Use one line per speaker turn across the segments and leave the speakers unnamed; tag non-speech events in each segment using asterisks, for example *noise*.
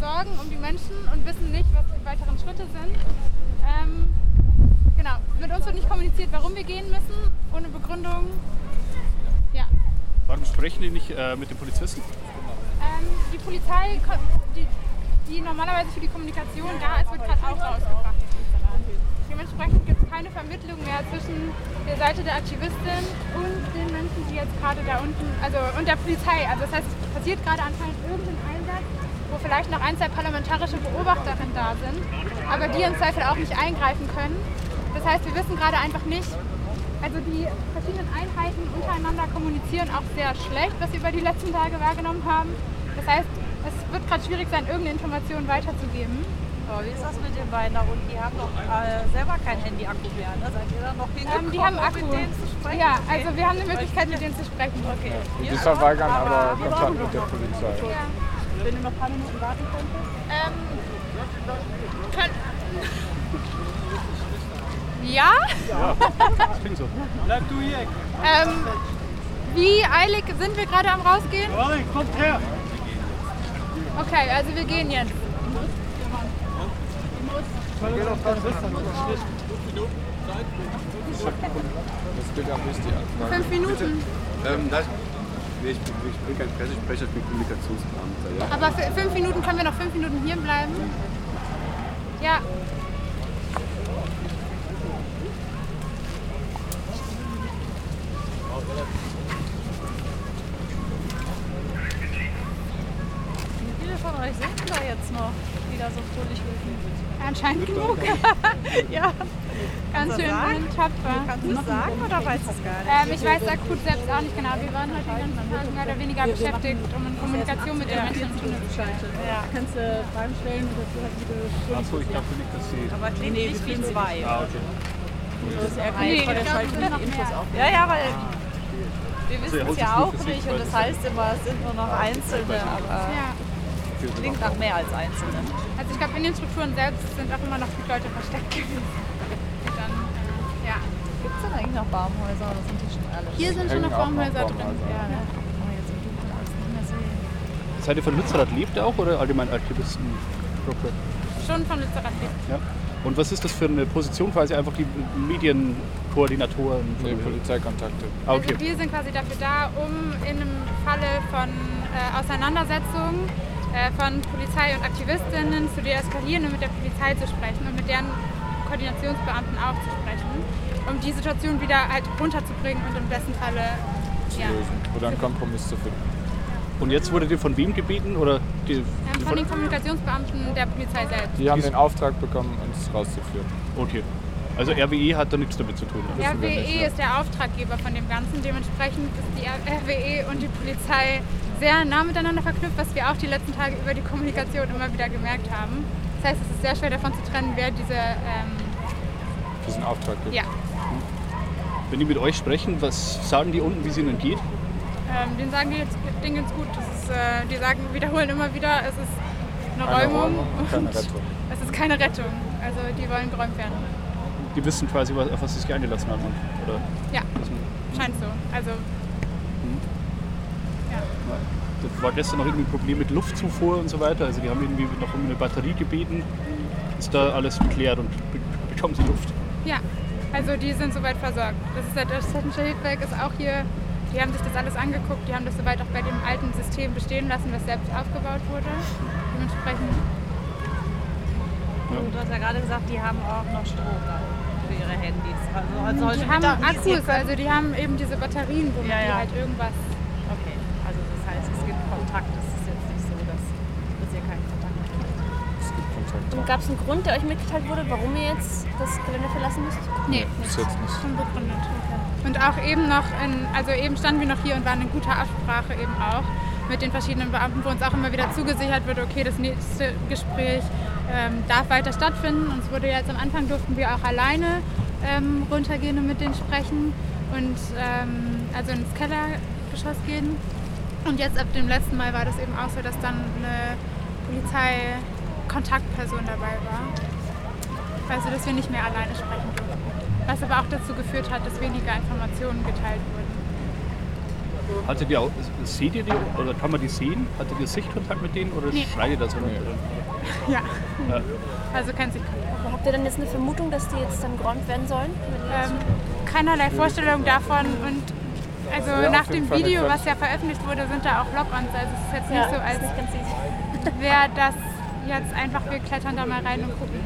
Sorgen um die Menschen und wissen nicht, was die weiteren Schritte sind. Ähm, genau, mit uns wird nicht kommuniziert, warum wir gehen müssen, ohne Begründung. Ja.
Warum sprechen die nicht äh, mit den Polizisten?
Ähm, die Polizei, ko- die, die normalerweise für die Kommunikation da ist, wird gerade auch rausgebracht. Dementsprechend gibt es keine Vermittlung mehr zwischen der Seite der Aktivistin und den Menschen, die jetzt gerade da unten, also und der Polizei. Also das heißt, es passiert gerade anscheinend irgendein Einsatz, wo vielleicht noch ein, zwei parlamentarische Beobachterinnen da sind, aber die im Zweifel auch nicht eingreifen können. Das heißt, wir wissen gerade einfach nicht, also die verschiedenen Einheiten untereinander kommunizieren auch sehr schlecht, was wir über die letzten Tage wahrgenommen haben. Das heißt, es wird gerade schwierig sein, irgendeine Information weiterzugeben.
So, wie ist das mit den beiden da unten? Die haben doch äh, selber kein Handy-Akku mehr, ne? Seid ihr da noch hingekommen, um
Ähm, die haben Akku.
mit denen zu sprechen?
Ja, also wir haben eine Möglichkeit, mit denen zu sprechen.
Okay.
Die verweigern aber Kontakt mit der Polizei.
Ja.
Wenn du noch ein paar Minuten warten könntest.
Ähm, kann, ja,
Das klingt so.
Bleib du hier.
ähm, wie eilig sind wir gerade am Rausgehen?
Warte, kommt her.
Okay, also wir gehen jetzt.
Das gilt auch nicht die Anfrage.
Fünf Minuten.
Ähm, das, nee, ich, bin- ich bin kein Pressesprecher, ich bin Kommunikationsbeamter. Ja.
Aber für fünf Minuten können wir noch fünf Minuten hier bleiben. Ja,
Wie viele von euch sind denn da jetzt noch, die da so fröhlich rufen?
anscheinend genug. *laughs* ja, ganz schön tapfer.
Kannst du es sagen oder weißt du es gar nicht?
Ähm, ich weiß akut selbst auch nicht genau. Wir waren heute den ganzen Tag mehr oder weniger beschäftigt, um in Kommunikation mit den Menschen zu
Ja.
kannst du Fragen stellen und dazu halt wieder
Achso, ich glaube nicht, dass sie.
Aber klingt nicht wie zwei.
Ah, okay.
Nee, ich glaube, es sind noch mehr. Ah.
Ja, ja, weil
Sie
wir wissen
holt
es
sich
ja
nur
auch
für sich,
nicht
weil
und das
das-
heißt immer, es sind nur noch Einzelne, aber
Ja.
klingt nach mehr als Einzelne.
Also ich glaube, in den Strukturen selbst sind auch immer noch viele Leute versteckt gewesen. Und Dann, äh, ja.
Gibt es denn eigentlich noch Baumhäuser oder sind die schon alle?
Hier sind schon noch
Hängen auch noch
Baumhäuser drin.
Baumhäuser.
Ja.
Ja. Oh, jetzt im Dunkeln alles nicht mehr sehen.
Seid ihr von Lützerath lebt auch oder allgemein Aktivistengruppe?
Schon von Lützerath.
Ja. Und was ist das für eine Position quasi einfach die Medienkoordinatoren?
Nee, Polizeikontakte.
Ah, okay.
Also wir sind quasi dafür da, um in einem Falle von äh, Auseinandersetzungen äh, von Polizei und Aktivistinnen zu deeskalieren und mit der Polizei zu sprechen und mit deren Koordinationsbeamten auch zu sprechen, um die Situation wieder halt runterzubringen und im besten Falle ja,
Lösen. Oder einen Kompromiss zu finden.
Und jetzt wurdet ihr von wem gebeten? Oder die,
ähm, von den Kommunikationsbeamten der Polizei selbst.
Die haben den Auftrag bekommen, uns rauszuführen.
Okay. Also RWE hat da nichts damit zu tun.
Der
wir nicht,
RWE
ja.
E ist der Auftraggeber von dem Ganzen. Dementsprechend ist die RWE und die Polizei sehr nah miteinander verknüpft, was wir auch die letzten Tage über die Kommunikation immer wieder gemerkt haben. Das heißt, es ist sehr schwer davon zu trennen, wer diese. Ähm,
Diesen Auftrag gibt.
ja,
Wenn die mit euch sprechen, was sagen die unten, wie es ihnen geht?
ähm, den sagen die jetzt denen geht's gut. Das ist, äh, die sagen, wiederholen immer wieder, es ist eine
Keine
Räumung.
Räumung, keine
und
Rettung.
*laughs* Es ist keine Rettung. Also die wollen geräumt werden.
Die wissen quasi, was- auf was sie sich eingelassen haben. Oder
Ja,
was man-
scheint so. Also
Da war gestern noch irgendwie ein Problem mit Luftzufuhr und so weiter. Also die haben irgendwie noch um eine Batterie gebeten. Ist da alles geklärt und be bekommen sie Luft.
Ja, also die sind soweit versorgt. Das ist halt, das Städtische Hilfswerk ist auch hier, die haben sich das alles angeguckt, die haben das soweit auch bei dem alten System bestehen lassen, was selbst aufgebaut wurde. Dementsprechend,
Und du hast ja gerade gesagt, die haben auch noch Strom da unten für ihre Handys. Also, also heute
die haben
Mittag nicht
Akkus,
gekommen.
also die haben eben diese Batterien, wo man
Ja,
die
ja.
halt irgendwas...
Okay, also das heißt, es gibt Kontakt. Es ist jetzt nicht so, dass, dass ihr keinen Kontakt habt.
Es gibt
Und
Kontakte.
gab es einen Grund, der euch mitgeteilt wurde, warum ihr jetzt das Gelände verlassen müsst?
Nee,
Bis jetzt nicht.
schon begründet. Und auch eben noch, in, also eben standen wir noch hier und waren in guter Absprache eben auch mit den verschiedenen Beamten, wo uns auch immer wieder zugesichert wird, okay, das nächste Gespräch ähm, darf weiter stattfinden. Uns wurde jetzt am Anfang durften wir auch alleine ähm, runtergehen und mit denen sprechen und ähm, also ins Kellergeschoss gehen. Und jetzt ab dem letzten Mal war das eben auch so, dass dann eine Polizeikontaktperson dabei war. Also dass wir nicht mehr alleine sprechen durften. Was aber auch dazu geführt hat, dass weniger Informationen geteilt wurden.
Hattet ihr auch, seht ihr die oder kann man die sehen? Hattet ihr Sichtkontakt mit denen oder
Nee.
schreit ihr da so
Nee.
drin?
Ja.
Ja.
Also kein Sichtkontakt.
Aber habt ihr dann jetzt eine Vermutung, dass die jetzt dann geräumt werden sollen? Wenn die jetzt-
ähm, keinerlei Vorstellung davon und also
Ja, auf
nach
jeden
dem
Fall
Video,
eine
was ja veröffentlicht wurde, sind da auch Log-Ons. Also es ist jetzt
ja,
nicht so,
ist nicht
als
ganz easy.
wäre das jetzt einfach, wir klettern da mal rein und gucken.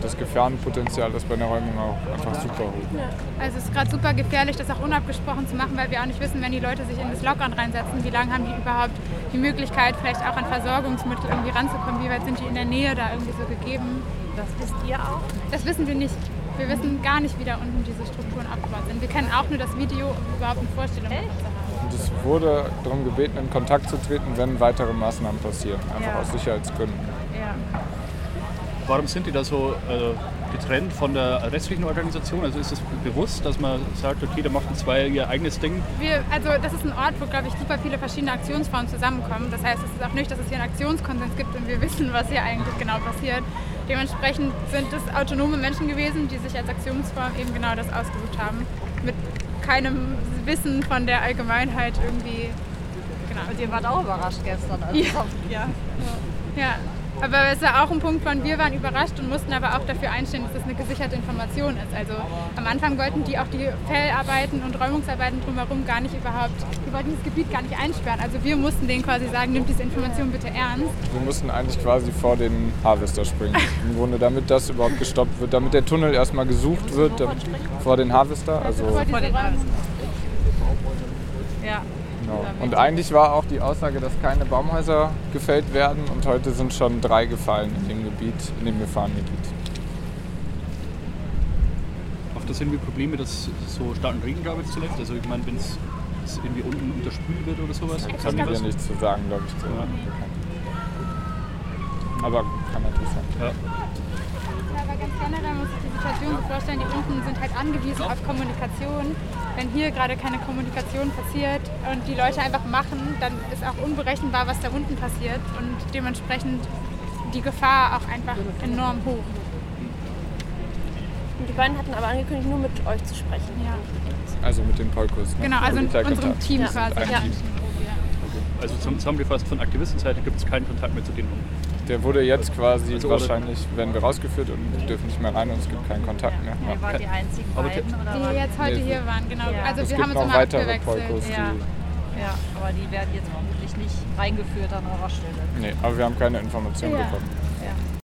Das Gefahrenpotenzial ist bei einer Räumung auch einfach super hoch.
Also es ist gerade super gefährlich, das auch unabgesprochen zu machen, weil wir auch nicht wissen, wenn die Leute sich in das Lock-on reinsetzen, wie lange haben die überhaupt die Möglichkeit, vielleicht auch an Versorgungsmittel irgendwie ranzukommen, wie weit sind die in der Nähe da irgendwie so gegeben.
Das wisst ihr auch.
Das wissen wir nicht. Wir wissen gar nicht, wie da unten diese Strukturen aufgebaut sind. Wir kennen auch nur das Video, um überhaupt eine Vorstellung davon zu haben.
Und es wurde darum gebeten, in Kontakt zu treten, wenn weitere Maßnahmen passieren. Einfach
Ja.
aus Sicherheitsgründen.
Ja.
Warum sind die da so äh, getrennt von der restlichen Organisation? Also ist es bewusst, dass man sagt, okay, da machen zwei ihr eigenes Ding?
Wir, also das ist ein Ort, wo, glaube ich, super viele verschiedene Aktionsformen zusammenkommen. Das heißt, es ist auch nicht, dass es hier einen Aktionskonsens gibt und wir wissen, was hier eigentlich genau passiert. Dementsprechend sind es autonome Menschen gewesen, die sich als Aktionsform eben genau das ausgesucht haben. Mit keinem Wissen von der Allgemeinheit irgendwie. Genau.
Und ihr wart auch überrascht gestern. Also
Ja.
es war-
ja.
Ja. Aber es war auch ein Punkt von, wir waren überrascht und mussten aber auch dafür einstehen, dass das eine gesicherte Information ist. Also am Anfang wollten die auch die Fellarbeiten und Räumungsarbeiten drumherum gar nicht überhaupt, die wollten das Gebiet gar nicht einsperren. Also wir mussten denen quasi sagen, nimmt diese Information bitte ernst.
Wir mussten eigentlich quasi vor den
*laughs*
Harvester springen. Im Grunde, damit das überhaupt gestoppt wird, damit der Tunnel erstmal gesucht wird, damit vor den Harvester. Also,
Bevor diese
Vor den
Räumungs-
ja.
genau. Und eigentlich war auch die Aussage, dass keine Baumhäuser gefällt werden und heute sind schon drei gefallen in dem Gebiet, in dem Gefahrengebiet.
Auf das sind wir Probleme, dass so starken Regen gab es zuletzt. Also ich meine, wenn es irgendwie unten unterspült wird oder sowas,
Kann
kann
ich
das.
dir nichts zu sagen, glaube ich. Zu
Ja.
Aber kann natürlich sein.
Ja.
Aber ganz generell muss ich die Situation so vorstellen, die unten sind halt angewiesen auf Kommunikation. Wenn hier gerade keine Kommunikation passiert und die Leute einfach machen, dann ist auch unberechenbar, was da unten passiert und dementsprechend die Gefahr auch einfach enorm hoch.
Und die beiden hatten aber angekündigt, nur mit euch zu sprechen.
Ja.
Also mit dem Polkus. Ne?
Genau, also in
Polizei
unserem
Kontakt.
Team
Ja.
quasi.
Ein
Ja.
Team.
Also zum- zusammengefasst von Aktivistenseite gibt es keinen Kontakt mehr zu denen.
Der wurde jetzt quasi
Also oder-
wahrscheinlich, werden wir rausgeführt und dürfen nicht mehr rein und es gibt keinen Kontakt mehr.
Ihr wart die einzigen
Aber
beiden, oder?
Die
was?
jetzt heute
Nee.
hier waren, genau.
Ja.
Also
es
wir
gibt
haben uns
noch
immer
weitere
abgewechselt.
Polkus,
Ja.
die.
Ja, aber die werden jetzt vermutlich nicht reingeführt an eurer Stelle.
Nee, aber wir haben keine Informationen
Ja.
bekommen.